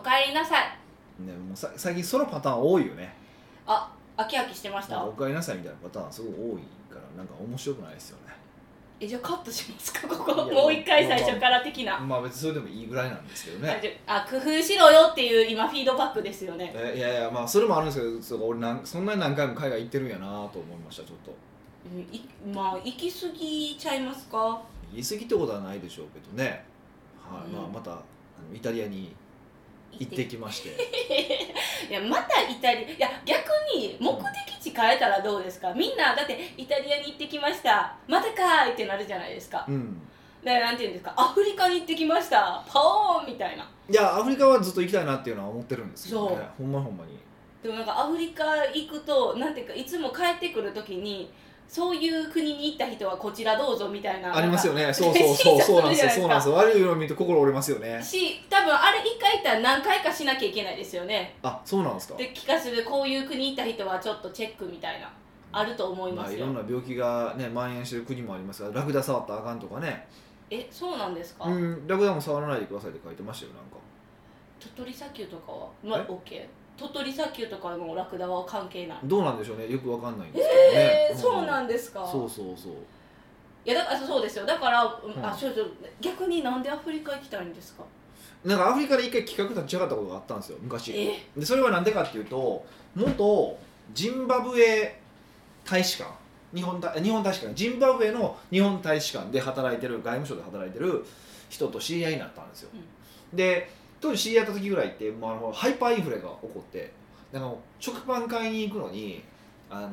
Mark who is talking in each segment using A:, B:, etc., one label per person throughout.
A: かえりなさい
B: ね、もうさ最近そのパターン多いよね
A: あ飽き飽きしてまし
B: なんか
A: た
B: おかえりなさいみたいなパターンすごい多いからなんか面白くないですよね
A: えじゃあカットしますかここ
B: いや
A: もう一回最初から的な、
B: まあ別にそれでもいいぐらいなんですけど
A: あ
B: ね
A: じゃあ工夫しろよっていう今フィードバックですよね
B: えいやいやまあそれもあるんですけどそうか俺なんそんなに何回も海外行ってるんやなと思いましたちょっと
A: うんいまあ行き過ぎちゃいますか
B: 言い過ぎってことはないでしょうけどね、はい
A: うん
B: まあ、またあのイタリアに行ってきまして
A: いやまたイタリアいや逆に目的地変えたらどうですかみんなだってイタリアに行ってきましたまたかーいってなるじゃないですか
B: うん
A: だからなんていうんですかアフリカに行ってきましたパオーンみたいない
B: やアフリカはずっと行きたいなっていうのは思ってるんですけど
A: そ
B: ねほんまほんまに
A: でもなんかアフリカ行くとなんていうかいつも帰ってくる時にそういう国に行った人はこちらどうぞみたいな
B: ありますよ ねそう
A: 嬉
B: そう
A: しい
B: そ
A: じゃん
B: うそうなんですよ
A: そ
B: そう
A: じゃないです
B: うなん
A: か
B: ですよ悪いのを見て心折れますよね
A: し多分あれ一回行ったら何回かしなきゃいけないですよね
B: あそうなんですか
A: で気がするこういう国行った人はちょっとチェックみたいなあると思い
B: ま
A: ま
B: あ、
A: す
B: い
A: よ、
B: ろんな病気が、ね、蔓延してる国もありますがラクダ触ったらあかんとかね、
A: えそうなんですか、
B: うん、ラクダも触らないでくださいって書いてましたよなんか
A: 鳥取砂丘とかはまあ
B: え
A: OK 鳥取砂丘とかのラクダは関係ない
B: どうなんでしょうねよくわかんないんですけどね、
A: えー、そうなんんですか
B: そうそうそう
A: いやだからそうですよだから、うん
B: うん
A: あそうそう逆になんでアフリカ行きたいんですか
B: なんかアフリカで一回企画立ち上がったことがあったんですよ昔
A: え
B: でそれは何でかっていうと元ジンバブエ大使館日本大日本大使館ジンバブエの日本大使館で働いてる外務省で働いてる人と知り合いになったんですよ、で当時知り合った時ぐらいって、まあ、あのハイパーインフレが起こってなんかもう食パン買いに行くのにあの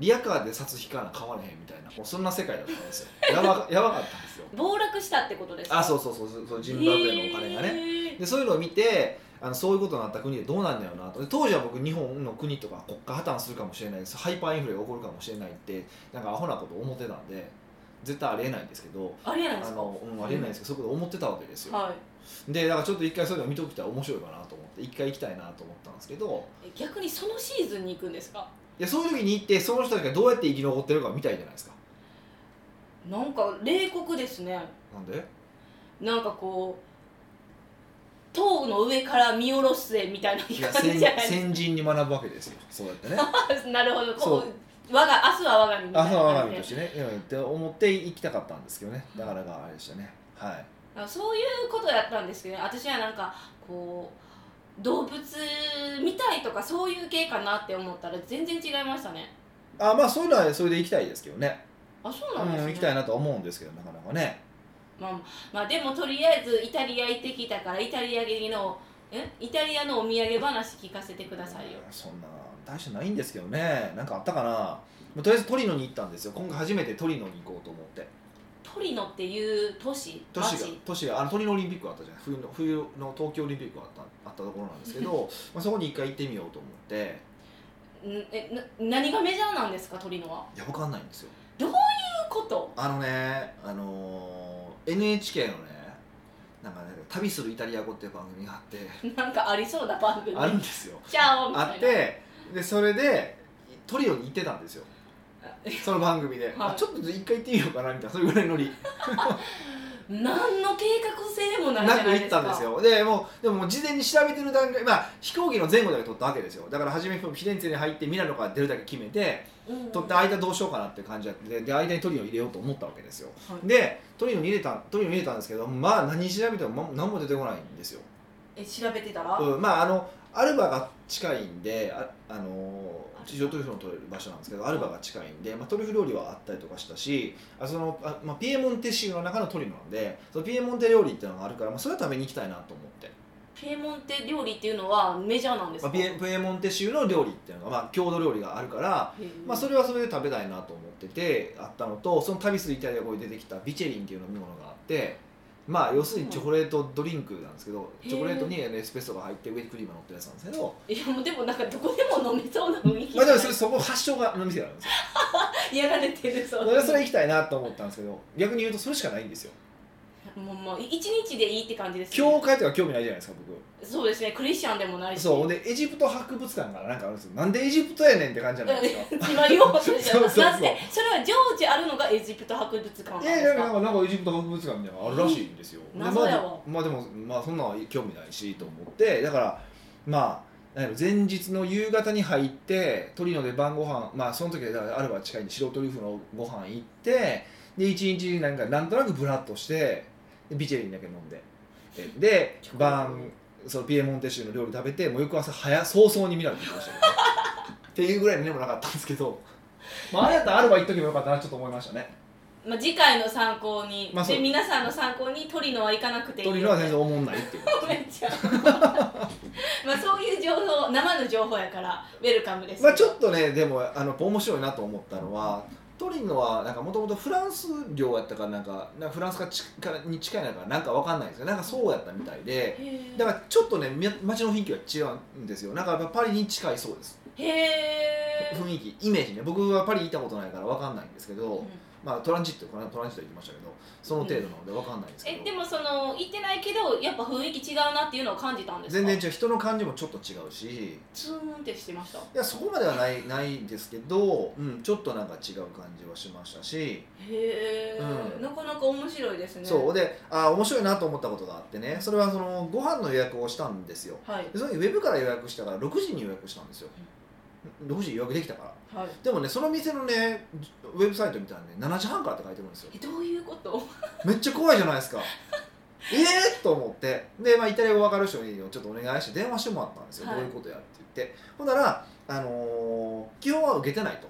B: リアカーで札引かな買われへんみたいなもうそんな世界だったんですよやばやばかったんですよ
A: 暴落したってことですか
B: あそううそうそうそうそうジンバブエのお金がね、でそういうのを見てあのそういうことになった国でどうなんだろうなとで当時は僕日本の国とか国家破綻するかもしれないですハイパーインフレが起こるかもしれないってなんかアホなこと思ってたんで絶対ありえないんですけど
A: あれやないで
B: あ
A: すか
B: の、うん、ありえないですけど、そういうこと思ってたわけですよ
A: はい
B: でだからちょっと一回そういうの見とくたら面白いかなと思って一回行きたいなと思ったんですけど
A: え逆にそのシーズンに行くんですか
B: いやそういう時に行ってその人たちがどうやって生き残ってるか見たいじゃないですか
A: なんか冷酷ですね
B: なんで
A: なんかこう塔の上から見下ろせみたいない
B: や
A: 感じ
B: 先
A: じゃ ないです
B: 先人に学ぶわけですよそうやってね
A: か なるほど
B: そ
A: こ
B: う
A: う我が明日は我が身みたい
B: あ
A: な
B: そう
A: 感
B: 我が
A: じ
B: 身
A: で
B: としてねうんって思って行きたかったんですけどねだからがあれでしたねはい
A: あそういうことやったんですけど、ね、私はなんかこう動物見たいとかそういう系かなって思ったら全然違いましたね
B: あまあそういうのはそれで行きたいですけどね
A: あそう
B: う
A: なん
B: ん、
A: ですね、
B: 行きたいなとは思うんですけどなかなかね
A: まあ、まあでもとりあえずイタリア行ってきたからイタリアのえイタリアのお土産話聞かせてくださいよ
B: そんな大してないんですけどねなんかあったかなまあとりあえずトリノに行ったんですよ今回初めてトリノに行こうと思って
A: トリノっていう都市
B: 都市が
A: 町
B: 都市があのトリノオリンピックがあったじゃない冬の冬の東京オリンピックがあったあったところなんですけ どまあそこに一回行ってみようと思って
A: んえな何がメジャーなんですかトリノはい
B: やわかんないんですよ
A: うこと
B: あのねあのー NHK のねなんかね旅するイタリア語っていう番組があって
A: なんかありそうな番組
B: あるんですよ
A: ちゃおみたいな
B: あってでそれでトリオに行ってたんですよその番組で、あちょっと一回行ってみようかなみたいなそういうぐらいのり
A: 何の計画性も ないじ
B: な
A: ゃ
B: く
A: ない
B: 行
A: です
B: っ
A: か
B: たんですよでもうでももう事前に調べてる段階まあ飛行機の前後だけ撮ったわけですよだから初めフィレンツェに入ってミラノから出るだけ決めて
A: うん
B: 撮って間どうしようかなっていう感じだってで間にトリオ入れようと思ったわけですよ
A: はい
B: でトリオに入れたトリオに入れたんですけどまあ何調べてもま何も出てこないんですよ
A: え調べてたら、
B: うん、まああのアルバが近いんであ、あのー地上トリュフの取れる場所なんですけどアルバが近いんで、まあ、トリュフ料理はあったりとかしたしあそのあ、まあ、ピエモンテ州の中のトリノなんでそのピエモンテ料理っていうのがあるから、まあ、それは食べに行きたいなと思って、
A: ピエモンテ料理っていうのはメジャーなんです
B: ま
A: か、
B: あ、ピエピエモンテ州の料理っていうのが、まあ、郷土料理があるから、
A: へー
B: まあ、それはそれで食べたいなと思っててあったのとその旅するイタリア語に出てきたビチェリンっていう飲み物があって。まあ、要するにチョコレートドリンクなんですけど
A: へー
B: チョコレートにエスプレッソが入って上にクリームが乗ってるやつなんですけど
A: いやもうでもなんかどこでも飲めそうな雰囲気
B: まあでもそれそこ発祥がの店があるんですよ
A: やられてるそ
B: だ
A: う
B: からそれ行きたいなと思ったんですけど逆に言うとそれしかないんですよ
A: もうもう一日でいいって感じです、
B: 教会とか興味ないじゃないですか
A: そうですねクリスチャンでもない
B: 僕
A: し
B: そうほんでエジプト博物館からなんかあるんですよなんでエジプトやねんって感じじゃな いですか
A: 今言おうとしてた
B: そうそうそう
A: なんでそれは常時あるのがエジプト博物館なん
B: い
A: で
B: やい
A: す
B: や
A: か
B: なんかなんかエジプト博物館みたいなのあるらしいんですよ。
A: え
B: で
A: 謎やわ
B: まあ、まあでもまあそんなん興味ないしと思ってだからまあなんやろ前日の夕方に入ってトリノで晩ご飯まあその時はだからアルバ近いんで白トリュフのご飯行ってで一日なんかなんとなくブラッとしてでビチェリンだけ飲んでえで晩そのピエモンテ州の料理食べてもう翌朝早早々に見られてきましたけどね、っていうぐらいにでもなかったんですけど、まあ、あれやったらアルバ行っとけばよかったなちょっと思いましたね。
A: まあ、次回の参考に、
B: まあそう
A: で皆さんの参考にトリノは行かなくていい
B: トリノは全然思んないっていう
A: めっちゃまあそういう情報生の情報やからウェルカムです
B: まあちょっとねでもあの面白いなと思ったのはトリノはなんかもともとフランス領やったからなんかなんかフランスがちからに近いのかなんかわかんないですけどなんかそうやったみたいで
A: へえ
B: だからちょっとねみ街の雰囲気は違うんですよなんかやっぱパリに近いそうです
A: へえ
B: 雰囲気イメージね僕はパリ行ったことないからわかんないんですけ
A: う
B: ど
A: ん
B: まあトランジットこの間トランジット行きましたけどその程度なのでわかんないですけ
A: え
B: ど
A: でもその行ってないけどやっぱ雰囲気違うなっていうのを感じたんです
B: 全
A: か
B: 然違う人の感じもちょっと違うし
A: ツーンってしてましたへ
B: いやそこまではないないんですけど、うん、ちょっとなんか違う感じはしましたし、
A: え、
B: うん
A: なかなか面白いですね
B: そうであー面白いなと思ったことがあってねそれはそのご飯の予約をしたんですよ
A: はい
B: でその時ウェブから予約したから6時に予約したんですよ6時に予約できたから
A: はい
B: でもねその店のねウェブサイト見たらね7時半からって書いてるんですよ
A: えどういうこと
B: めっちゃ怖いじゃないで すかええと思ってで、まあ、イタリア語分かる人にちょっとお願いして電話してもらったんですよ、
A: はい
B: どういうことやって言ってほんなら、あのー基本は受けてないと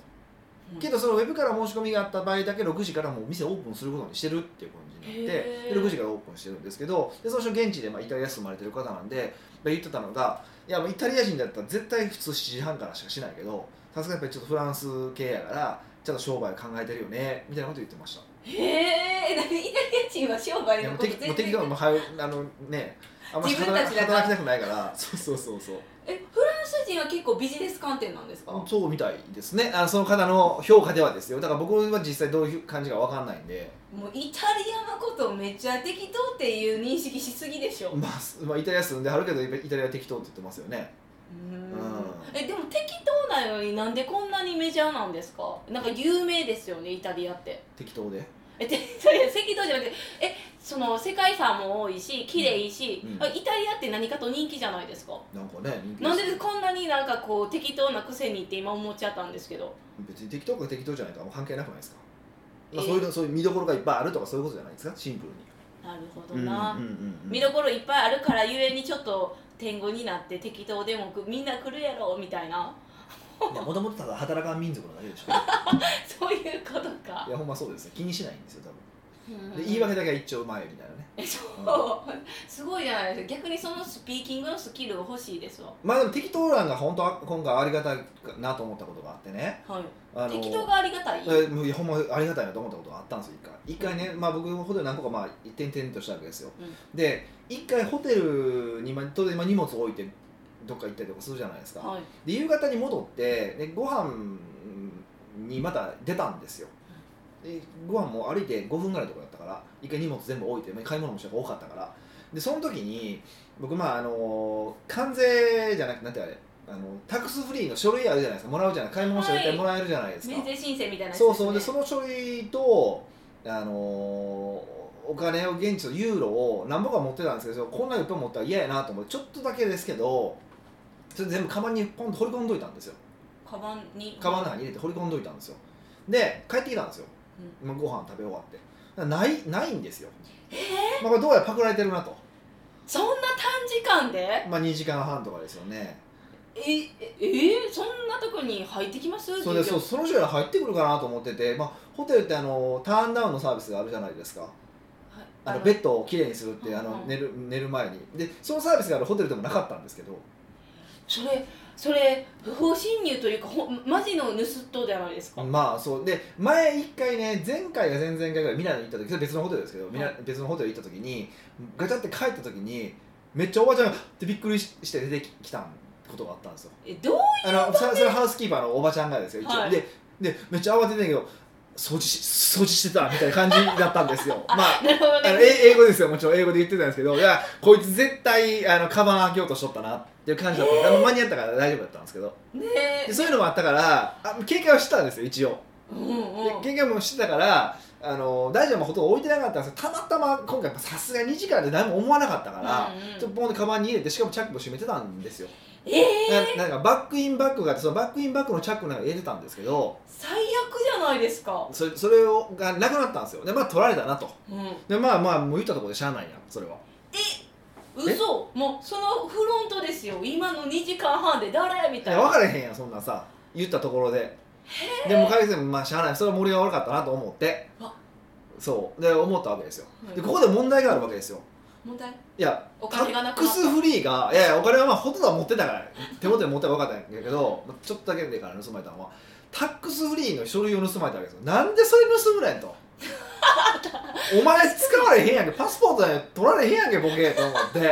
B: けどそのウェブから申し込みがあった場合だけ6時からもう店オープンすることにしてるっていう感じになって
A: へー
B: で6時からオープンしてるんですけどでその人現地でまあイタリア住まれてる方なんでで言ってたのがいやもうイタリア人だったら絶対普通7時半からしかしないけどさすがやっぱりちょっとフランス系やからちゃんと商売考えてるよねみたいなこと言ってました
A: へえ何イタリア人は商売
B: いや
A: の
B: も
A: こ
B: う
A: と
B: 適
A: 全
B: もう適
A: 然
B: 当にもうはよあのねあんまり
A: 自分た
B: 働
A: ち
B: き
A: だから
B: 働きたくないからそうそうそう そう
A: えフランス人は結構ビジネス観点なんですか
B: そうみたいですねあのその方の評価ではですよだから僕は実際どういう感じか分かんないんで
A: もうイタリアのことめっちゃ適当っていう認識しすぎでしょう
B: まあ、すまあイタリア住んではるけどイタリアは適当って言ってますよね
A: ーん
B: うん
A: えでも適当なのになんでこんなにメジャーなんですかなんか有名ですよねイタリアって
B: 適当で
A: えてそれ適当じゃなくてえその世界遺産も多いし綺麗いし、
B: うんうん
A: あイタリアって何かと人気じゃないですか
B: なんかね人気
A: なんでこんなになんかこう適当なくせにって今思っちゃったんですけど
B: 別に適当か適当じゃないかもう関係なくないですか、まあ、
A: え
B: そういうのそういう見どころがいっぱいあるとかそういうことじゃないですかシンプルに
A: なるほどな、
B: うんうんうんうん
A: 見どころいっぱいあるからゆえにちょっと天狗になって適当でもみんな来るやろみたいない
B: やもともとただ働かん民族なだけでしょ
A: そういうことか
B: いやほんまそうですね気にしないんですよ多
A: うん
B: 分で言い訳だけは一丁前みたいなね
A: えそう、すごいじゃないですか逆にそのスピーキングのスキル欲しいですわ、
B: まあでも適当欄が本当は今回ありがたいなと思ったことがあってね
A: はい、
B: あの
A: 適当がありがたい、
B: えもういやほんまありがたいなと思ったことがあったんですよ一回一回ね、まあ、僕ホテル何個かまあ点々としたわけですよ、
A: う
B: で一回ホテルにま当然今荷物置いてどっか行ったりとかするじゃないですか、
A: はい
B: で夕方に戻ってでご飯にまた出たんですよでご飯も歩いて5分ぐらいのとこだったから一回荷物全部置いてまあ買い物もしたが多かったからでその時に僕まああの関税じゃなくてなんてあれあのタックスフリーの書類あるじゃないですかもらうじゃない買い物したら絶対もらえるじゃないですか、
A: 免税申請みたいなやつ
B: そうそうで
A: です
B: そ
A: ね
B: の書類と、あのーお金を現地のユーロを何本か持ってたんですけどこんなにいっぱい持ったら嫌やなと思ってちょっとだけですけどそれ全部カバンにポンと掘り込んどいたんですよ
A: カバンに
B: カバンの中に入れて掘り込んどいたんですよで帰ってきたんですよ、まあご飯食べ終わってだからないないんですよ、
A: え
B: まあ、これどうやらパクられてるなと、
A: そんな短時間で
B: まあ、2時間半とかですよね
A: えええそんなとこに入ってきます
B: それで
A: 授
B: そう
A: 業
B: その人が入ってくるかなと思ってて、まあ、ホテルってあのターンダウンのサービスがあるじゃないですか
A: はい
B: あ
A: あ
B: の
A: の
B: ベッドをきれいにするってあ
A: うん
B: の
A: うん
B: 寝る寝る前にでそのサービスがあるホテルでもなかったんですけど
A: それそれ不法侵入というかほんマジの盗っ人じゃないですか、
B: まあそうで前一回ね前回が前々回ぐらいミラノに行った時それ別のホテルですけど、ミラ
A: はい
B: 別のホテル行った時にガチャって帰った時にめっちゃおばちゃんがってびっくりしして出てきたことがあったんですよ
A: えどう
B: あのそれそれハウスキーパーのおばちゃんがですよ一応、
A: はい
B: ででめっちゃ慌ててんけど掃除し掃除してたみたいな感じだったんです よまあ
A: なるほど
B: あの
A: ね
B: え英語ですよもちろん英語で言ってたんですけどいやこいつ絶対あのカバン開けようとしとったなっていう感じだった、あの間に合ったから大丈夫だったんですけど
A: ね
B: でそういうのもあったからあ経験はしてたんですよ一応
A: うん
B: で
A: うん
B: 経験もしてたからあの大丈夫なことを置いてなかったんですけどたまたま今回やっぱさすがに2時間で何も思わなかったから、
A: うんうん
B: ちょっとポンってカバンに入れてしかもチャックも閉めてたんですよ、
A: ええ
B: ななんかバックインバックがあってそのバックインバックのチャックなんか入れてたんですけど
A: 最悪じゃないですか
B: それそれをがなくなったんですよでまあ取られたなと
A: うん
B: でまあまあもう言ったところでしゃあないやんそれは
A: 嘘もうそのフロントですよ今の2時間半で誰み
B: い
A: たい
B: や
A: な
B: 分からへんやんそんなんさ言ったところででも影さんもまあしゃあないそれは森が悪かったなと思って
A: あ
B: そうで思ったわけですよ
A: はい
B: でここで問題があるわけですよ
A: 問題
B: いや
A: お
B: タ
A: 金がな
B: ッ
A: く
B: ク
A: なっ
B: スフリーがいやいやお金はまあほとんどは持ってたから手元で持ってばよかったんやけどまあちょっとだけでから盗まれたのはタックスフリーの書類を盗まれたわけですよなんでそれ盗む ねんとお前使われへんやんけパスポートなんて取られへんやんけボケと思って
A: た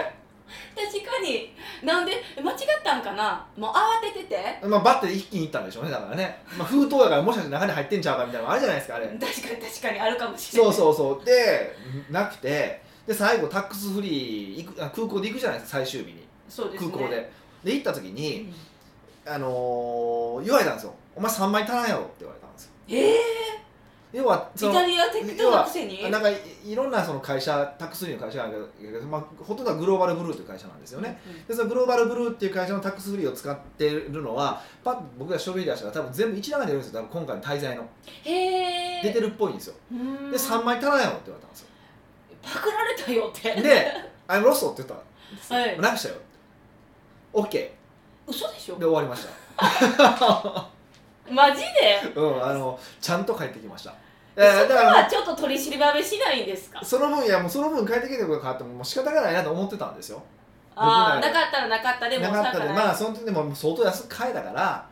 A: 確かになんで間違ったんかなもう慌ててて
B: まあ、バッて一気にいったんでしょうねだからね、まあ、封筒やからもしかして中に入ってんちゃうかみたいなのあるじゃないですかあれ
A: 確かに確かにあるかもしれな
B: そ
A: いう
B: そうそうでなくてで最後タックスフリー行くあ空港で行くじゃないですか最終日に
A: そうです
B: 空
A: ね
B: 港で、で行った時
A: う
B: に、
A: ん
B: あのー言われたんですよ「お前3枚足らんやろ」って言われたんですよ
A: ええ
B: 要はそ
A: イ
B: の
A: タリア適当なくせに
B: なんかいいろんなその会社タックスフリーの会社があるけど、まあ、ほとんどはグローバルブルーという会社なんですよね、でそのグローバルブルーっていう会社のタックスフリーを使ってるのはパッと僕が書類出したら多分全部一覧が出るんですよ多分今回の滞在の
A: へえ
B: 出てるっぽいんですよで
A: で
B: 3枚足らんやろって言われたんですよ
A: パクられたよって
B: で「I'm lost」って言ったら
A: はい
B: なくしたよ OK で
A: 嘘でしょ
B: 終わりまし
A: マジで
B: た、うん、あのちゃんと帰ってきましたえ
A: そ
B: ー
A: こ
B: だから
A: はちょっと取り調べしないんですか
B: その分いやもうその分帰ってきてくれるかってもう仕方がないなと思ってたんですよ
A: ああ
B: 僕
A: な
B: な
A: かったらなかったでも
B: なかったで
A: ら
B: まあその時でも相当安く買えたから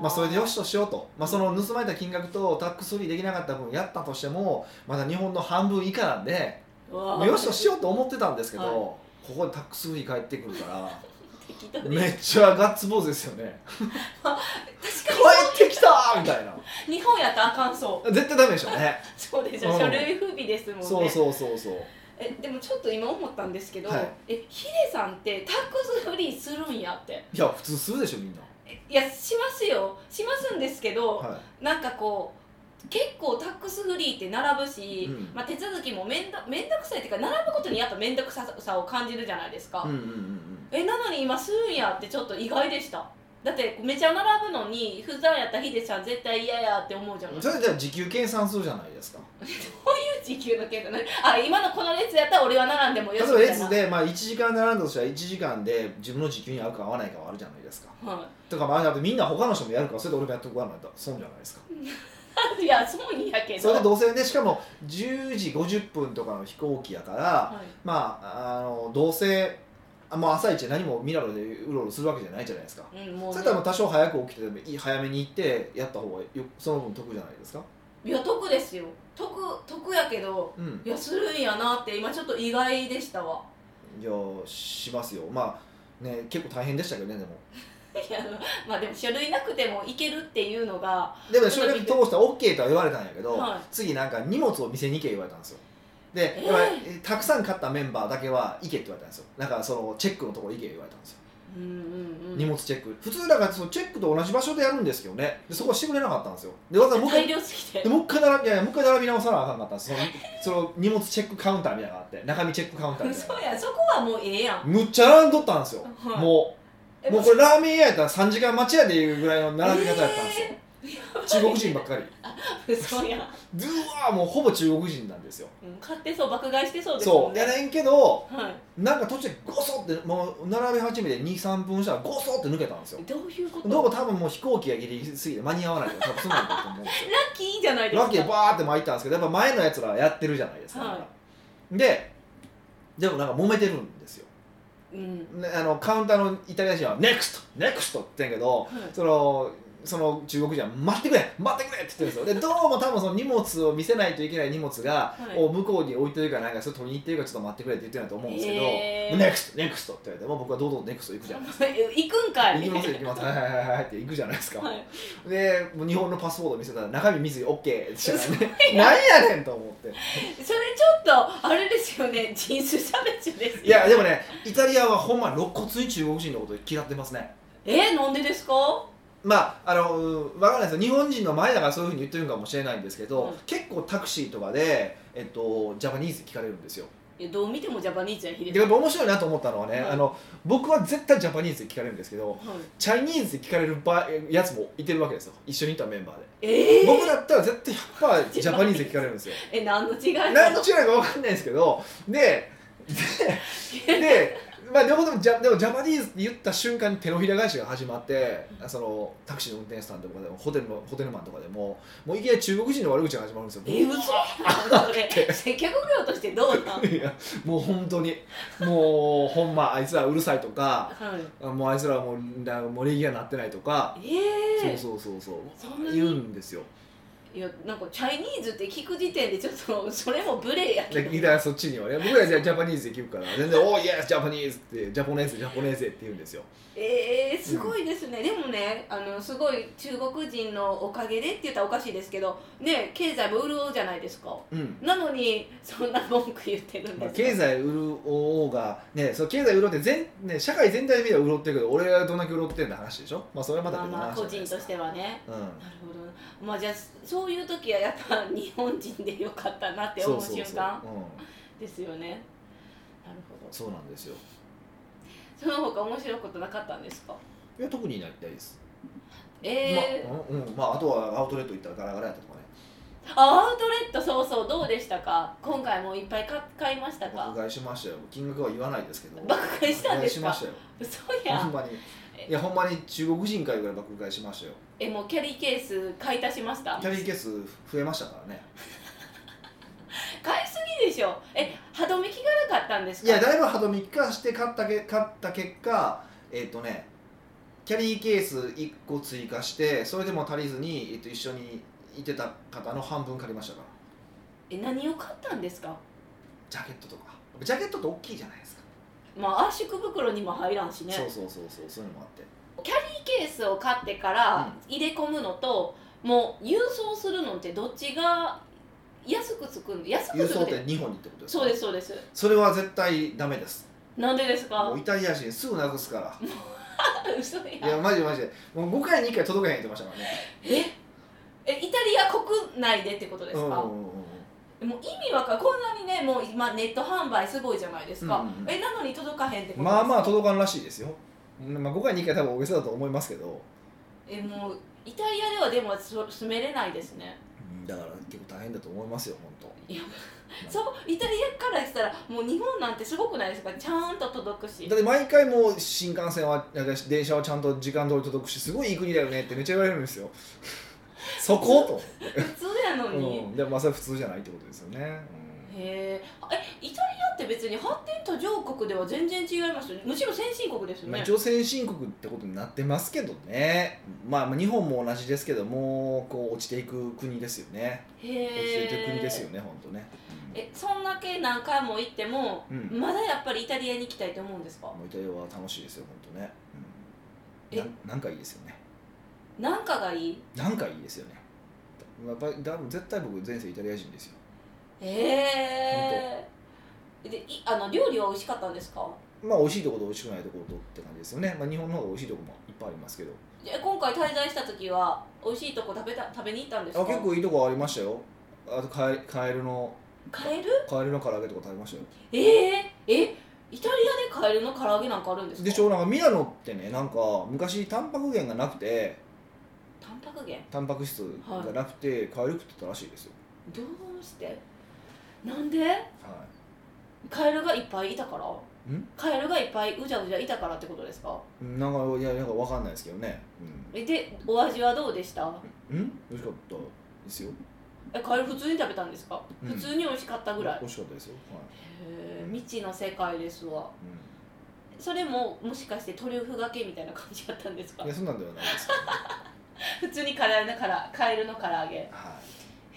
B: まあそれでよ
A: し
B: しとしようと、まあ、その盗まれた金額とタックスフリーできなかった分やったとしてもまだ日本の半分以下なんでもうよしとしようと思ってたんですけど、
A: はい
B: ここにタックスフリー帰ってくるか
A: 適当
B: ら
A: に
B: めっちゃガッツポーズですよね
A: 確
B: 帰
A: か
B: ってきたみたいな
A: に日本やったらあかんそう
B: 絶対ダメでしょうね
A: そうでしょ
B: うん
A: 書類不備ですもんね
B: そうそうそうそう
A: えでもちょっと今思ったんですけど、
B: はい
A: えヒデさんってタックスフリーするんやって
B: いや普通するでしょみんな、
A: えいやしますよしますんですけど、
B: は
A: なんかこう結構タックスフリーって並ぶし、
B: うん
A: まあ、手続きもめんどめんどくさいっていうか並ぶことにやっぱ面倒くささを感じるじゃないですか、
B: い、うんうんうんうん
A: えなのに今するんやってちょっと意外でしただってめちゃ並ぶのに普段やったらヒデさん絶対嫌やって思うじゃない
B: それじゃあ時給計算するじゃないですか
A: 時給の計算あ今のこの列やったら俺は並んでも
B: 例
A: よ
B: え
A: し
B: ば
A: みたいな
B: 列で、まあ、1時間並んだとしたら1時間で自分の時給に合うか合わないかはあるじゃないですか
A: は
B: とかまあだってみんな他の人もやるからそれで俺もやっておかないと損じゃないですか
A: い、い やそういいやけど
B: それでどうせねしかも10時50分とかの飛行機やから
A: はい
B: まああのどうせあもう朝一で何もミラノでうろうろするわけじゃないじゃないですか
A: うん、もう
B: それとも多少早く起きてでもいい早めに行ってやった方がよその分得じゃないですか
A: いや得ですよ得得やけど
B: うん
A: いやするんやなって今ちょっと意外でしたわ
B: いやしますよまあね結構大変でしたけどねでも
A: いやま あでも書類なくてもいけるっていうのが
B: でもね書類通したら OK とは言われたんやけど、
A: はい
B: 次なんか荷物を店に行け言われたんですよで、
A: えー
B: やっぱりえたくさん買ったメンバーだけは行けって言われたんですよだからそのチェックのところ行け言われたんですよ、
A: うんうんうん
B: 荷物チェック普通だからそのチェックと同じ場所でやるんですけどねでそこはしてくれなかったんですよでわざわざもう一
A: 大
B: 回
A: 量すぎ
B: で
A: て
B: もう一回並びいやいやもう一回並び直さなあかんかったんですそのその荷物チェックカウンターみたいなのがあって中身チェックカウンターみたいな
A: そうやそこはもうええやん
B: むっちゃ並んどったんですよ、
A: はい
B: も
A: え
B: うもうこれラーメン屋やったら3時間待ちやでいうぐらいの並び方やったんです よ、中国人ばっかり
A: そうやん
B: ずわーもうほぼ中国人なんですよ
A: うん買ってそう爆買いしてそうですもん
B: そうや
A: ね
B: ねんけど
A: は
B: なんか途中でゴソってもう並び始めて23分したらゴソって抜けたんですよ
A: いどういうこと
B: どう
A: ラッ
B: も多分もう飛行機がギリギリすぎて間に合わないから多分そうなんだと思うんで すよ
A: キーじゃないですか
B: ラッキーでバーって巻いたんですけどやっぱ前のやつらはやってるじゃないですか、
A: は
B: ででもなんか揉めてるんですよ、
A: うん
B: ねあのカウンターのイタリア人は「NEXT!NEXT!」って言ってんけど
A: はい
B: そのその中国人は「待ってくれ待ってくれ!」って言ってるん ですよでどうも多分その荷物を見せないといけない荷物が、
A: はい
B: を向こうに置いてるかなんかそれ取りに行ってるからちょっと待ってくれって言ってるんだと思うんですけど
A: へー
B: 「ネクストネクスト」って言われてもう僕は堂々とネクスト行くじゃないですか
A: 行くんかい
B: 行きますよ行きますはいはいはいはいって行くじゃないですか、
A: はい
B: でもう日本のパスポート見せたら中身見ずに OK って したからね何やねんと思って
A: それちょっとあれですよね人種差別ですよ
B: いやでもねイタリアはほんま露骨に中国人のこと嫌ってますね
A: えなんでですか
B: まああの分からないですよ日本人の前だからそういうふうに言ってるんかもしれないんですけど、
A: うん
B: 結構タクシーとかで、えっと、ジャパニーズ聞かれるんですよ
A: いやどう見てもジャパニーズやヒデ
B: で
A: さ
B: や
A: ん
B: っぱ面白いなと思ったのはね、
A: うん
B: あの僕は絶対ジャパニーズ聞かれるんですけど
A: はい
B: チャイニーズ聞かれる場やつもいてるわけですよ一緒にいたメンバーで、
A: えー、
B: 僕だったら絶対100%ジャパニーズ聞かれるんですよ
A: え何の違いなの
B: 何の違いか分かんないですけどででで,、まあ、でもでもジャでもジャパニーズって言った瞬間に手のひら返しが始まってそのタクシーの運転手さんとかでもホテルのホテルマンとかでももういきなり中国人の悪口が始まるんですよ。
A: え嘘やんそれ 接客業としてどうなんはい
B: いやもう 本当にもうほんまあいつらうるさいとかあもうあいつらはもうなもう礼儀がなってないとか、
A: ええー、
B: そうそうそうそ
A: そうんなに
B: 言うんですよ
A: いやなんかチャイニーズって聞く時点でちょっとそれも無礼やけ
B: で
A: ど
B: ギターそっちにはね僕らじゃジャパニーズで聞くから全然「おーイエスジャパニーズ」って「ジャポネーズジャポネーゼ」って言うんですよ
A: えー、すごいですね、でもねあのすごい中国人のおかげでって言ったらおかしいですけどね経済も潤うじゃないですか
B: うん
A: なのにそんな文句言ってるん
B: まあ、
A: です
B: 経済潤おうが、ね、その経済潤って全、ね、社会全体で見れば潤ってるけど俺はどんだけ潤ってんだ話でしょ、まあ、それはまた
A: まあ
B: 別の
A: まあ
B: 話じ
A: 個
B: ゃ
A: 人
B: ないで
A: と
B: すか
A: してはね
B: うん
A: なるほどまあじゃあそういう時はやっぱ日本人でよかったなって
B: そ
A: 思
B: う
A: う
B: そう
A: 瞬
B: そう
A: 間
B: うん、
A: ですよねなるほど
B: そうなんですよ
A: その他面白いことなかったんですか
B: いや特になりたいです、
A: えー
B: まあうんうんまあ、あとはアウトレット行ったらガラガラやったとかね
A: あアウトレットそうそうどうでしたか今回もいっぱい買買いました
B: 爆
A: か
B: 買いしましたよ金額は言わないですけど
A: 爆買いしたんです
B: 爆買いしま
A: か
B: したよ
A: 嘘
B: ほ
A: や
B: んまにいやほんまに中国人かいうぐらい爆買いしましたよ
A: えもうキャリーケース買い足しました
B: キャリーケース増えましたからね
A: 買いすぎでしょえ歯止め効かなかったんです
B: い
A: か
B: やだいぶ歯止め利かして買ったけ買った結果えっ、とねキャリーケース1個追加してそれでも足りずに、えっと一緒にいてた方の半分借りましたから
A: え何を買ったんですか
B: ジャケットとかジャケットって大きいじゃないですか、
A: まあ圧縮袋にも入らんしね
B: そうそうそうそうそういうのもあって
A: キャリーケースを買ってから入れ込むのと、もう郵送するのってどっちが安くつくん安
B: 郵
A: くつ
B: 送
A: く
B: っ
A: ってて
B: 日本にってことですか
A: そうですそうです
B: それは絶対ダメです
A: なんでですか
B: もうイタリア人すぐなくすから
A: 嘘
B: い
A: や
B: やマジでマジでもう5回に1回届かへんって言ってましたからね
A: ええイタリア国内でってことです
B: うんうん
A: か、
B: うんうん
A: もう意味わかんこんなにねもう今ネット販売すごいじゃないですか、
B: うんうんうん
A: えなのに届かへんってことですか
B: まあまあ届かんらしいですよ、まあ、5回に1回多分大げさだと思いますけど
A: えもうイタリアではでもそ住めれないですね
B: うんだから結構大変だと思いますよ本
A: いやそうイタリアからしたらもう日本なんてすごくないですかちゃんと届くし
B: 当だって毎回もう新幹線はなんか電車はちゃんと時間通り届くしすごいいい国だよねってめっちゃ言われるんですよ そこと、
A: 普通やの
B: う
A: に、
B: ん、でもまあそれ普通じゃないってことですよね、うん
A: へーあえイタリアって別に発展途上国では全然違いますよねむしろ先進国ですよ
B: まあ、
A: ね
B: 一応先進国ってことになってますけどね、まあ、まあ日本も同じですけどもこう落ちていく国ですよね
A: へ
B: 落ちていく国です
A: よ
B: よね本当ね、
A: えそんだけ何回も行っても、
B: うん
A: まだやっぱりイタリアに行きたいと思うんですか
B: うん、もうイタリアは楽しいですよ本当ね、うん、
A: え
B: なんなんかいいですよね
A: なんかがいい
B: なんかいいですよねやっぱりだ絶対僕前世イタリア人ですよ
A: へえでいあの料理は美味しかったんですか
B: まあ美味しいところと美味しくないところとって感じですよね、まあ、日本の方が美味しいところもいっぱいありますけど
A: え今回滞在した時は美味しいとこ食べた食べに行ったんですか
B: あ結構いいとこありましたよあとカエカエルの
A: カエル
B: カエルの唐揚げとか食べましたよ
A: えー、えイタリアでカエルの唐揚げなんかあるんですか
B: でしょなんかミラノってねなんか昔タンパク源がなくて
A: タンパク源
B: タンパク質がなくて、カエル食ってたらしいですよ、
A: どうしてなんで
B: は
A: カエルがいっぱいいたから
B: ん
A: カエルがいっぱいうじゃうじゃいたからってことですか
B: い、なんかいやなんか分かんないですけどね
A: えでお味はどうでした
B: うん、うん、美味しかったですよ
A: えカエル普通に食べたんですか、
B: うん
A: 普通に美味しかったぐらいへ
B: 美味しかったですよ、はい
A: え未知の世界ですわ
B: うん
A: それももしかしてトリュフがけみたいな感じだったんですか
B: いやそんなんではないですけど、
A: 普通にカレーのからカエルの唐揚げへ
B: は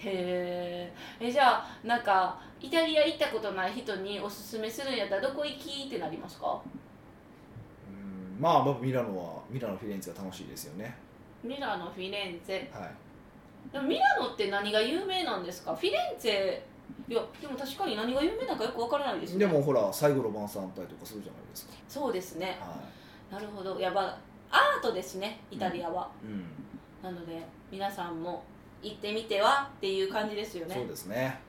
B: い
A: ーえじゃあなんかイタリア行ったことない人におすすめするんやったらどこ行きってなりますか
B: うんまあ僕ミラノはミラノフィレンツェが楽しいですよね
A: ミラノフィレンツェ
B: はい
A: でもミラノって何が有名なんですかフィレンツェいやでも確かに何が有名なんかよくわからないですね
B: でもほら最後の晩餐会とかするじゃないですか
A: そうですね
B: は
A: なるほどやばアートですねイタリアは、
B: い、うん、
A: なので皆さんも行ってみてはっていう感じですよね
B: そうですね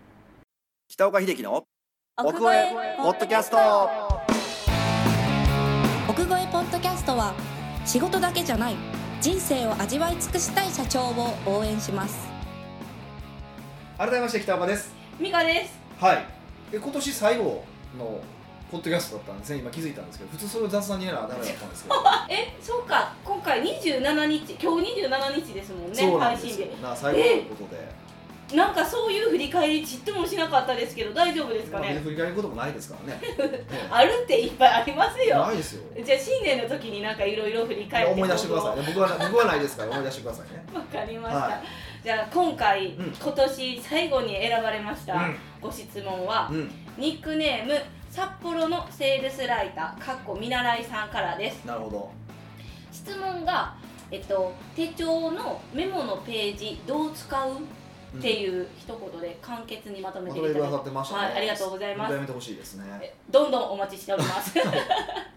C: 北岡秀樹の
D: 奥
C: 奥
D: 越
C: 越
D: え
C: え
D: ポ
C: ポ
D: ッ
C: ッ
D: ド
C: ド
D: キ
C: キ
D: ャ
C: ャ
D: ス
C: スト
D: ト奥越えポッドキャストは仕事だけじゃない人生を味わい尽くしたい社長を応援します
B: 改めまして北岡です
A: ミカです
B: はいで今年最後のポッドキャストだったんですね今気づいたんですけど普通それを雑談にやらダメだったんです けど
A: えそうか今回27日今日27日ですもん
B: そ
A: ね
B: うな
A: 配
B: んで
A: 信
B: すよ
A: で
B: な最後のことで、
A: なんかそういう振り返りちっともしなかったですけど大丈夫ですか
B: まあ別
A: ね
B: に振り返ることもないですか らねね
A: あるっていっぱいありますよ
B: ないですよ
A: じゃあ新年の時になんかいろいろ振り返って
B: 思い出してください僕は僕はないですから思い出してくださいね
A: わかりました、
B: はい
A: じゃあ今回、
B: うん
A: 今年最後に選ばれました、ご質問は、
B: うん、うん、
A: ニックネーム札幌のセールスライターかっこ見習いさんからです
B: なるほど
A: 質問が、えっと、手帳のメモのページどう使う
B: うん
A: っていう一言で簡潔にまとめ
B: ま
A: て
B: と
A: い
B: めて
A: た
B: く
A: だ
B: だ
A: き
B: さってましたね、
A: はいありがとうございます
B: 本当やめてほしいですね
A: どんどんお待ちしております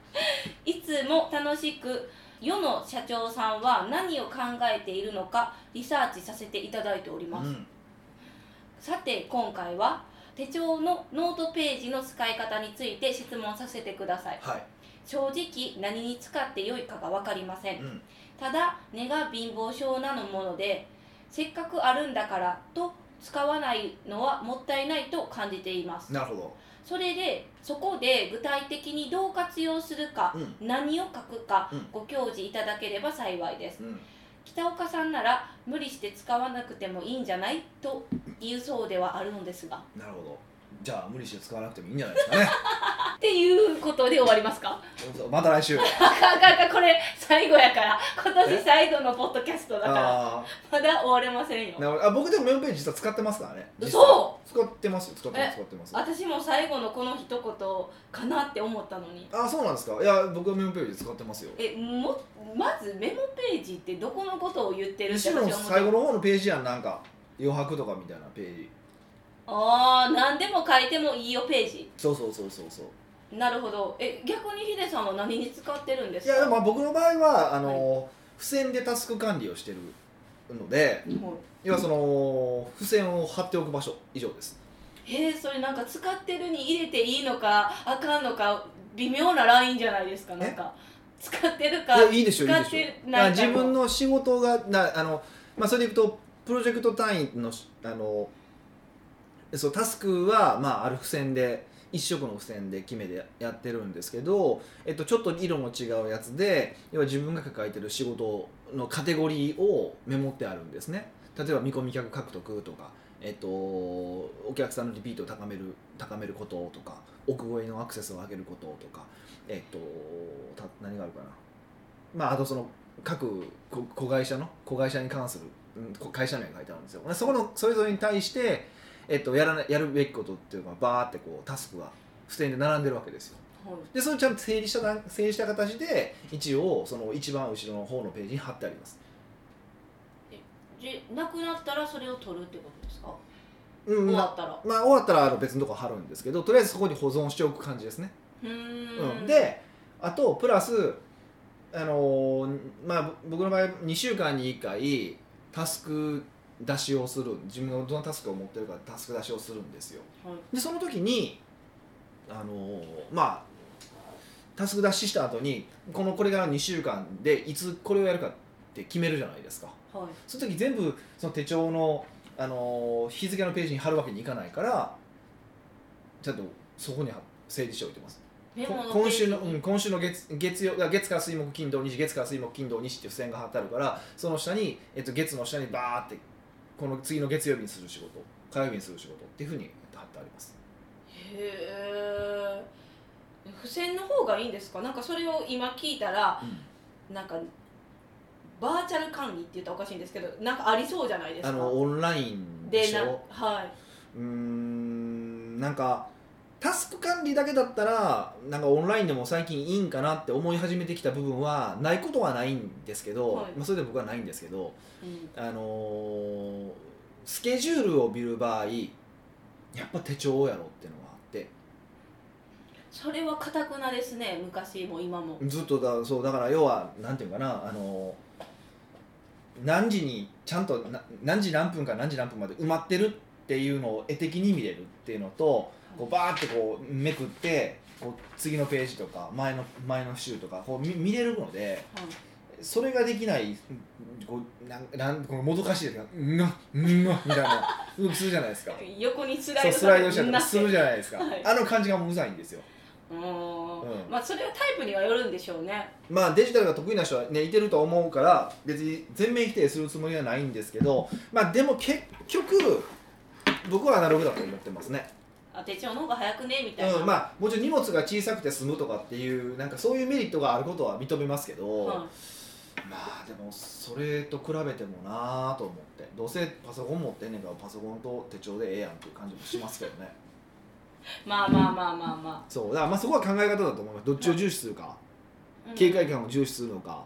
A: いつも楽しく世の社長さんは何を考えているのかリサーチさせていただいており
B: う
A: ます、
B: ん
A: さて今回は手帳のノートページの使い方について質問させてください
B: はい、
A: 正直何に使ってよいかが分かりません
B: うん、
A: ただ根が貧乏症なのものでせっかくあるんだからと使わないのはもったいないと感じています
B: なるほ
A: それでそこで具体的にどう活用するか
B: ど、うん
A: 何を書くか
B: うん
A: ご教示いただければ幸いです
B: うん、
A: 北岡さんなら無理して使わなくてもいいんじゃないと言うそうではあるのですが
B: なるほどじゃあ無理して使わなくてもいいんじゃないですか ね
A: っていうことで終わりますか
B: また来週
A: あかんあかんあかんこれ最後やから今年最後のポッドキャストだから
B: あ
A: まだ終われませんよ
B: ーなるほどあ僕でもメモページ実は使ってますからね実は
A: 嘘
B: 使ってますよ使ってま
A: え
B: す使ってますあ
A: 私も最後のこの一言かなって思ったのに
B: そうなんですかいや僕はメモページ使ってますよ
A: えもまずメモページってどこのことを言ってるって
B: 後
A: 私は
B: ろの
A: 思った
B: 最後の方のページやんなんか余白とかみたいなページ
A: ああ何でも書いてもいいよページ
B: そうそうそうそうそう
A: なるほどえ逆にヒデさんは何に使ってるんで
B: い
A: すか
B: やでもまあ僕の場合はあの、付箋でタスク管理をしてるので
A: も
B: 要はその付箋を貼っておく場所以上です
A: うへえそれなんか使ってるに入れていいのかあかんのか微妙なラインじゃないですかなんか使ってるか
B: いやいいでしょいい
A: 使
B: で
A: っ
B: しょ
A: て
B: だから
A: ないか
B: 自分
A: の
B: の仕事がなあの、まあ、それでいくとプロジェクト単位のしあのそうタスクは、まあ、ある付箋で一色の付箋で決めてやってるんですけど、えっと、ちょっと色の違うやつで要は自分が抱えてる仕事のカテゴリーをメモってあるんですね例えば見込み客獲得とか、えっと、お客さんのリピートを高める高めることとか奥越えのアクセスを上げることとか、えっと、た何があるかなまあ、あとその各子子会社の子会社に関する、うん、こ会社名が書いてあるんですよでそこのそれぞれに対して、えっと、やらなやるべきことっていうのがバーってこうタスクが付箋で並んでるわけですよでそれをちゃんと整理した段整理した形で一応その一番後ろの方のページに貼ってあります
A: でなくなったらそれを取るってことですか
B: うん
A: 終
B: ま
A: わ
B: あ
A: ったら
B: まあ、終わったらあの別のとこ貼るんですけどとりあえずそこに保存しておく感じですね、
A: う
B: う
A: ー
B: ん、
A: ん
B: であとプラス、あのーまあ、ぼ僕の場合2週間に1回タスク出しをする自分がどのタスクを持ってるかタスク出しをするんですよ
A: はい
B: でその時に、あのーまあタスク出しした後にこのこれから2週間でいつこれをやるかって決めるじゃないですか
A: はい
B: その時全部その手帳の、あのー日付のページに貼るわけにいかないからちゃんとそこに貼整理しておいてます
A: メ
B: こ
A: モのページ
B: 今週の、うん、今週の月月曜あ月から水木金土日月から水木金土日っていう付箋が貼ってあるからその下に、えっと、月の下にバーってこの次の月曜日にする仕事火曜日にする仕事っていうふうに貼ってあります
A: へえ付箋の方がいいんですかなんかそれを今聞いたらなんかバーチャル管理って言ったらおかしいんですけどなんかありそうじゃないですか
B: あのオンラインで
A: で
B: し
A: な
B: ょ
A: は
B: うーんなんかタスク管理だけだったらなんかオンラインでも最近いいんかなって思い始めてきた部分はないことはないんですけど、
A: はい
B: まあ、それで僕はないんですけど、
A: い、うん
B: あのースケジュールを見る場合やっぱ手帳やろっていうのがあって
A: それはかたくなですね昔も今も、
B: ずっとだそうだから要はなんていうかなあの何時にちゃんとな何時何分から何時何分まで埋まってるっていうのを絵的に見れるっていうのとこうバーってこうめくってこう次のページとか前の前の週とかこう見見れるので
A: はい
B: それができないこうなんなんこのもどかしいですが「うんがうんが」みたいな動きするじゃないですか
A: 横にスライド
B: そうスライドしたり
A: り
B: とかするじゃないですか、
A: はい
B: あの感じがもううざいんですよ
A: うーん
B: うん
A: まあそれはタイプにはよるんでしょうね
B: まあデジタルが得意な人はねいてると思うから別に全面否定するつもりはないんですけどまあでも結局僕はアナログだと思ってますね、
A: あ手帳の方が早くねみたいな、
B: うん、まあもちろん荷物が小さくて済むとかっていうなんかそういうメリットがあることは認めますけど、
A: はい
B: まあでもそれと比べてもなあと思ってどうせパソコン持ってんねんからパソコンと手帳でええやんっていう感じもしますけどね
A: まあまあまあまあま
B: そうだからまあそこは考え方だと思いますどっちを重視するか、
A: あ、うん
B: 警戒感を重視するのか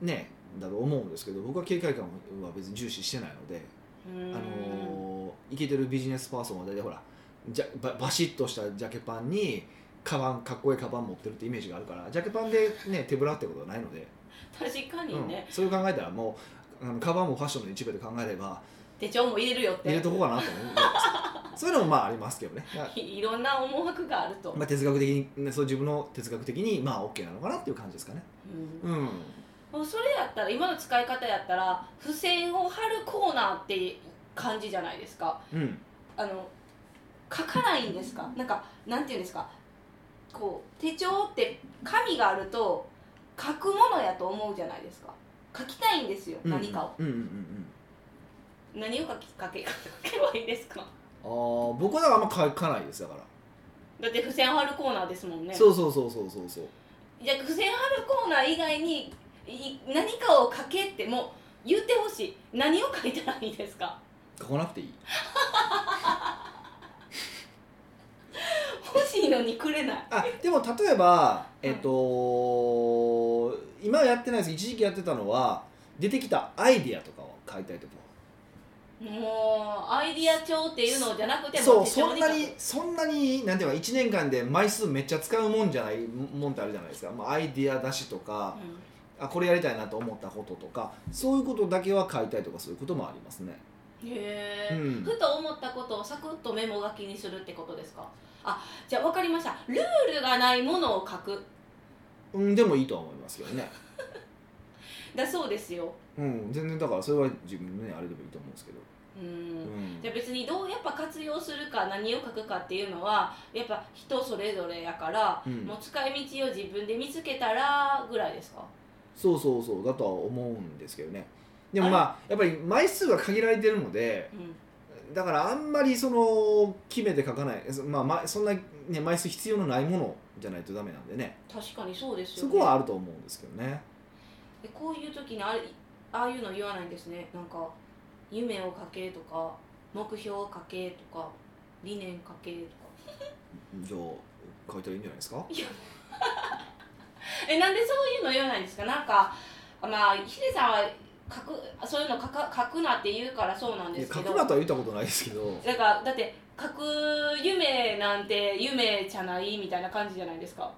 B: ねだと思うんですけど僕は警戒感は別に重視してないので、
A: うーん
B: あのーイケてるビジネスパーソンは大体ほらじゃババシッとしたジャケパンにカバンかっこいいカバン持ってるってイメージがあるからジャケパンで、 ね、手ぶらってことはないので、
A: 確かにね、
B: うん、そういう考えたらもうあのカバンもファッションの一部で考えれば
A: 手帳も入れるよって
B: 入れとこうかなと思うんですそういうのもまあありますけどね、まあ
A: いいろんな思惑があると、
B: まあ、哲学的に、ね、そう自分の哲学的にまあ OK なのかなっていう感じですかね
A: うん
B: うん
A: もうそれやったら今の使い方やったら付箋を貼るコーナーって感じじゃないですか
B: うん
A: あの書かないんですかなんかなんていうんですかこう手帳って紙があると書くものやと思うじゃないですか書きたいんですよ、何かを
B: うんうんうんうん
A: 何を書き書け書けばいいですか
B: あー僕はだからあんま書かないですだか
A: だ
B: ら、
A: って付箋貼るコーナーですもんね
B: そうそうそうそうそうそう
A: じゃあ付箋貼るコーナー以外にい何かを書けってもう言ってほしい何を書いたらいいですか
B: 書かなくていい
A: 欲しいのにくれない
B: あでも例えば
A: うん
B: えっと、今はやってないです一時期やってたのは出てきたアイディアとかを書いたりとか
A: もうアイディア帳っていうのじゃなくて
B: そ
A: も
B: う
A: 手帳
B: そ
A: 書
B: ん
A: く
B: なにそんなになんていうか1年間で枚数めっちゃ使うもんじゃないもんってあるじゃないですか、まあ、アイディア出しとか、
A: うん
B: あこれやりたいなと思ったこととかそういうことだけは書いたりとかすることもありますね
A: へえ、
B: うん
A: ふと思ったことをサクッとメモ書きにするってことですかあじゃあ分かりましたルールがないものを書く
B: うんでもいいとは思いますけどね
A: だそうですよ
B: うん全然だからそれは自分のねあれでもいいと思うんですけど
A: うーん
B: うん
A: じゃあ別にどうやっぱ活用するか何を書くかっていうのはやっぱ人それぞれやから、
B: うん
A: もう使い道を自分で見つけたらぐらいですか
B: そうそうそうだとは思うんですけどねでもまあやっぱり枚数が限られてるので
A: うん
B: だからあんまりその決めて書かないそまあまそんな、ね、枚数必要のないものじゃないとダメなんでね
A: 確かにそうですよ
B: そ
A: ね
B: こはあると思うんですけどね
A: えこういう時にあれああいうの言わないんですねなんか夢を書けとか目標を書けとか理念書けとか
B: じゃあ書いたらいいんじゃないですか
A: えなんでそういうの言わないんですかなんかまあヒデさんは書くそういうの書か書くなって言うからそうなん
B: い
A: で
B: や
A: すけ
B: 書
A: ど
B: くなとは言ったことないですけど
A: だからだって書く夢なんて夢じゃないみたいな感じじゃないですか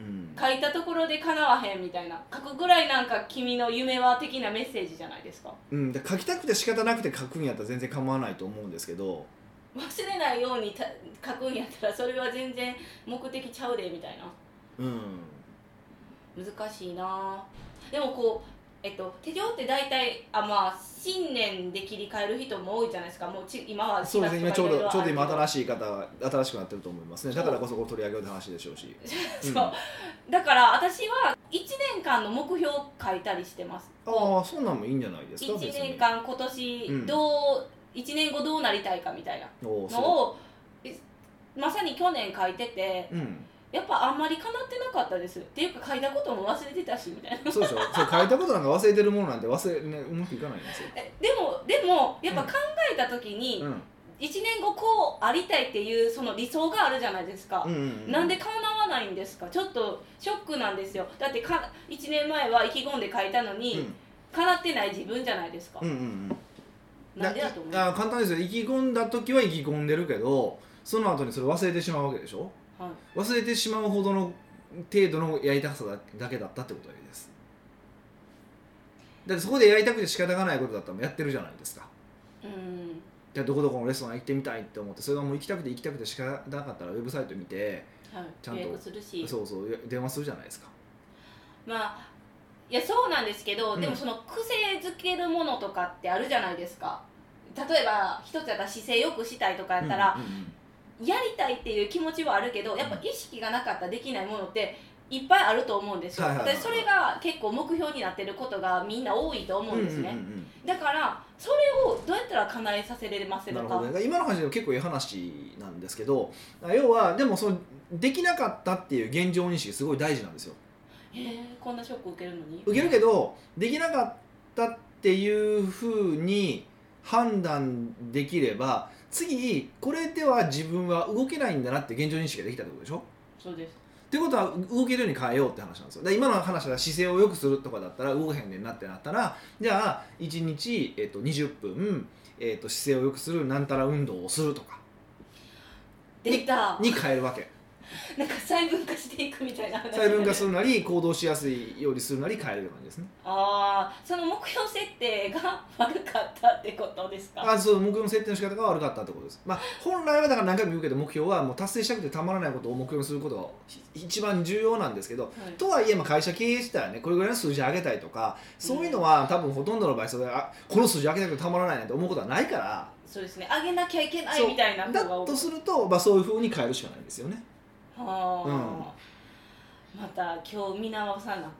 B: うん
A: 書いたところで叶わへんみたいな書くぐらいなんか君の夢は的なメッセージじゃないですか
B: うん、で書きたくて仕方なくて書くんやったら全然構わないと思うんですけど
A: 忘れないようにた書くんやったらそれは全然目的ちゃうでみたいな
B: うん
A: 難しいなぁでもこう、えっと、手錠って大体あ、まあ、新年で切り替える人も多いじゃないですかもうち今は
B: そうですね今ちょうどちょうど今
A: し
B: 新しい方が新しくなってると思いますねだからこそこう取り上げる話でしょうし
A: い そう、だから私は1年間の目標を書いたりしてます
B: ああそんなんもいいんじゃないですか
A: 1
B: 別に
A: 年間今年どう、1年後どうなりたいかみたいな
B: おーすごい
A: のをえまさに去年書いてて
B: うん
A: やっぱあんまり叶ってなかったですっていうか書いたことも忘れてたしみたいな
B: そうでしょそう書いたことなんか忘れてるものなんて忘れ、ね、うまくいかないんですよ、
A: えでもでもやっぱ考えた時に
B: うん、
A: 1年後こうありたいっていうその理想があるじゃないですか、
B: うんうんう
A: なんで叶わないんですかちょっとショックなんですよだってか1年前は意気込んで書いたの
B: う
A: に、
B: ん
A: 叶ってない自分じゃないですか、
B: うんうんうん
A: なんでだと思う
B: あ簡単ですよ意気込んだ時は意気込んでるけどその後にそれ忘れてしまうわけでしょ
A: はい
B: 忘れてしまうほどの程度のやりたさだだけだったってことですだってそこでやりたくて仕方がないことだったらもうやってるじゃないですか
A: うん
B: じゃあどこどこのレストラン行ってみたいって思ってそれがもう行きたくて行きたくて仕方なかったらウェブサイト見て
A: はい、
B: ちゃんと
A: 予約するし
B: そうそうや電話するじゃないですか
A: まあいやそうなんですけど、
B: うん
A: でもその癖づけるものとかってあるじゃないですか例えば一つやったら姿勢よくしたいとかやったら、
B: うんうんうん
A: やりたいっていう気持ちはあるけどやっぱ意識がなかったらできないものっていっぱいあると思うんですよ、
B: はいはいはい
A: でそれが結構目標になってることがみんな多いと思うんですね、
B: うんうんうんうん
A: だからそれをどうやったら叶えさせれますと
B: なる
A: か、
B: ほどね、今の話でも結構いい話なんですけど要はでもそのできなかったっていう現状認識すごい大事なんですよ
A: へえこんなショック受けるのに
B: 受けるけどできなかったっていうふうに判断できれば次これでは自分は動けないんだなって現状認識ができたってことでしょ
A: そうです
B: ってことは動けるように変えようって話なんですよで今の話は姿勢を良くするとかだったら動けへんねんなってなったらじゃあ1日、えっと20分、えっと姿勢を良くするなんたら運動をするとか
A: 出た
B: に変えるわけ
A: なんか細分化していくみたいな話
B: 細分化するなり行動しやすいようにするなり変えるような感じですね
A: ああその目標設定が悪かったってことですか
B: あそう目標の設定の仕方が悪かったってことです、まあ、本来はだから何回も言うけど目標はもう達成したくてたまらないことを目標にすることが一番重要なんですけど
A: はい
B: とはいえまあ会社経営したらねこれぐらいの数字上げたいとかそういうのは多分ほとんどの場合それあこの数字上げたくてたまらないなんて思うことはないから
A: そうですね上げなきゃいけな
B: そ
A: いうみたいな方
B: だ
A: が多い
B: とすると、まあ、そういうふうに変えるしかないんですよね
A: はあ、また今日見直さな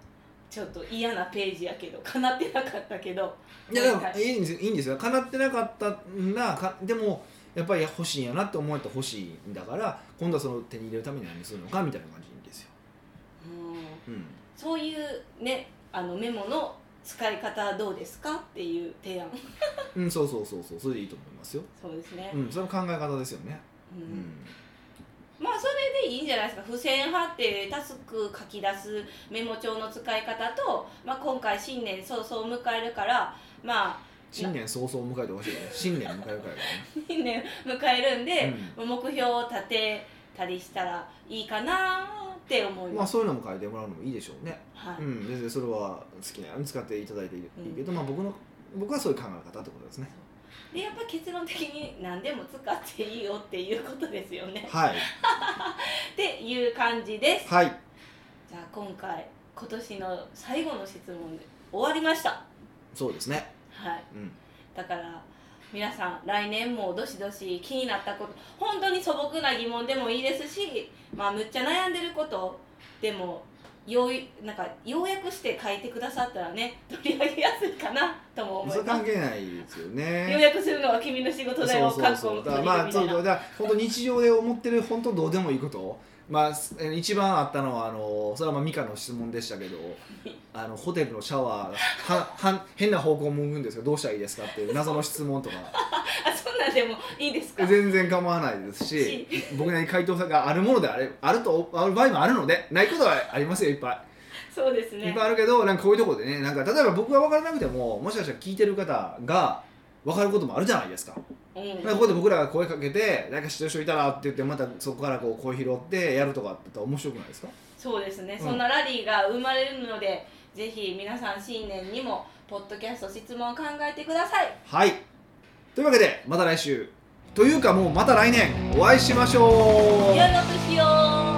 A: ちょっと嫌なページやけど叶ってなかったけど
B: いやでも
A: はい
B: いんですよいいんですよ叶ってなかったなかでもやっぱり欲しいんやなって思えたら欲しいんだから今度はその手に入れるために何するのかみたいな感じですよ、
A: うん
B: うん
A: そういうねあのメモの使い方はどうですかっていう提案
B: うん、そうそうそうそうそれでいいと思いますよ、
A: そうですね、
B: うん、その考え方ですよね、
A: う
B: うん
A: んまあそれでいいんじゃないですか付箋貼ってタスク書き出すメモ帳の使い方と、まあ、今回新年早々迎えるからまあ
B: 新年早々迎えてほしいよね新年迎えるから
A: 新年迎えるんで
B: ね、、
A: 目標を立てたりしたらいいかなって思
B: う
A: い
B: ん、ま
A: ま
B: あ
A: す、
B: そういうのも変えてもらうのもいいでしょうね、
A: はい
B: うん、全然それは好きなように使っていただいていいけど、まあ僕の僕はそういう考え方ってことですね
A: でやっぱ結論的に何でも使っていいよっていうことですよ ね
B: はい
A: っていう感じです
B: はい
A: じゃあ今回今年の最後の質問で終わりました
B: そうですね
A: はい
B: うん
A: だから皆さん来年もどしどし気になったこと本当に素朴な疑問でもいいですし、まあ、むっちゃ悩んでることでもようなんかようやくして書いてくださったらね 取り上げやすいかなとも思
B: そ
A: い
B: れ
A: ま
B: 関
A: す。
B: 係ないですよね
A: 要約するのは君の仕事だよ、
B: そうそう
A: かっ
B: そ
A: こ
B: うだからまあそうそうだから本当日常で思ってる本当どうでもいいことまあすえー一番あったのはあのそれはまあミカの質問でしたけ どあのホテルのシャワーはは変な方向向くんですがどうしたらいいですかっていう謎の質問とか
A: あ そんなんでもいいですか。
B: 全然構わないですし僕なりに回答があるものであれ あるとある場合もあるのでないことはありますよいっぱい。
A: そうです
B: いっ
A: ね
B: ぱ。いあるけどなんかこういうところでねなんか例えば僕が分からなくてももしかしたら聞いてる方が分かることもあるじゃないですか。
A: うん
B: なんかここで僕らが声かけてなんか知ってる人いたらって言ってまたそこからこう声拾ってやるとかって言ったら面白くないですか
A: そうですね、
B: うん
A: そんなラリーが生まれるので、ぜひ皆さん新年にもポッドキャスト質問を考えてください。
B: はいというわけでまた来週というかもうまた来年お会いしましょう
A: よいお年を。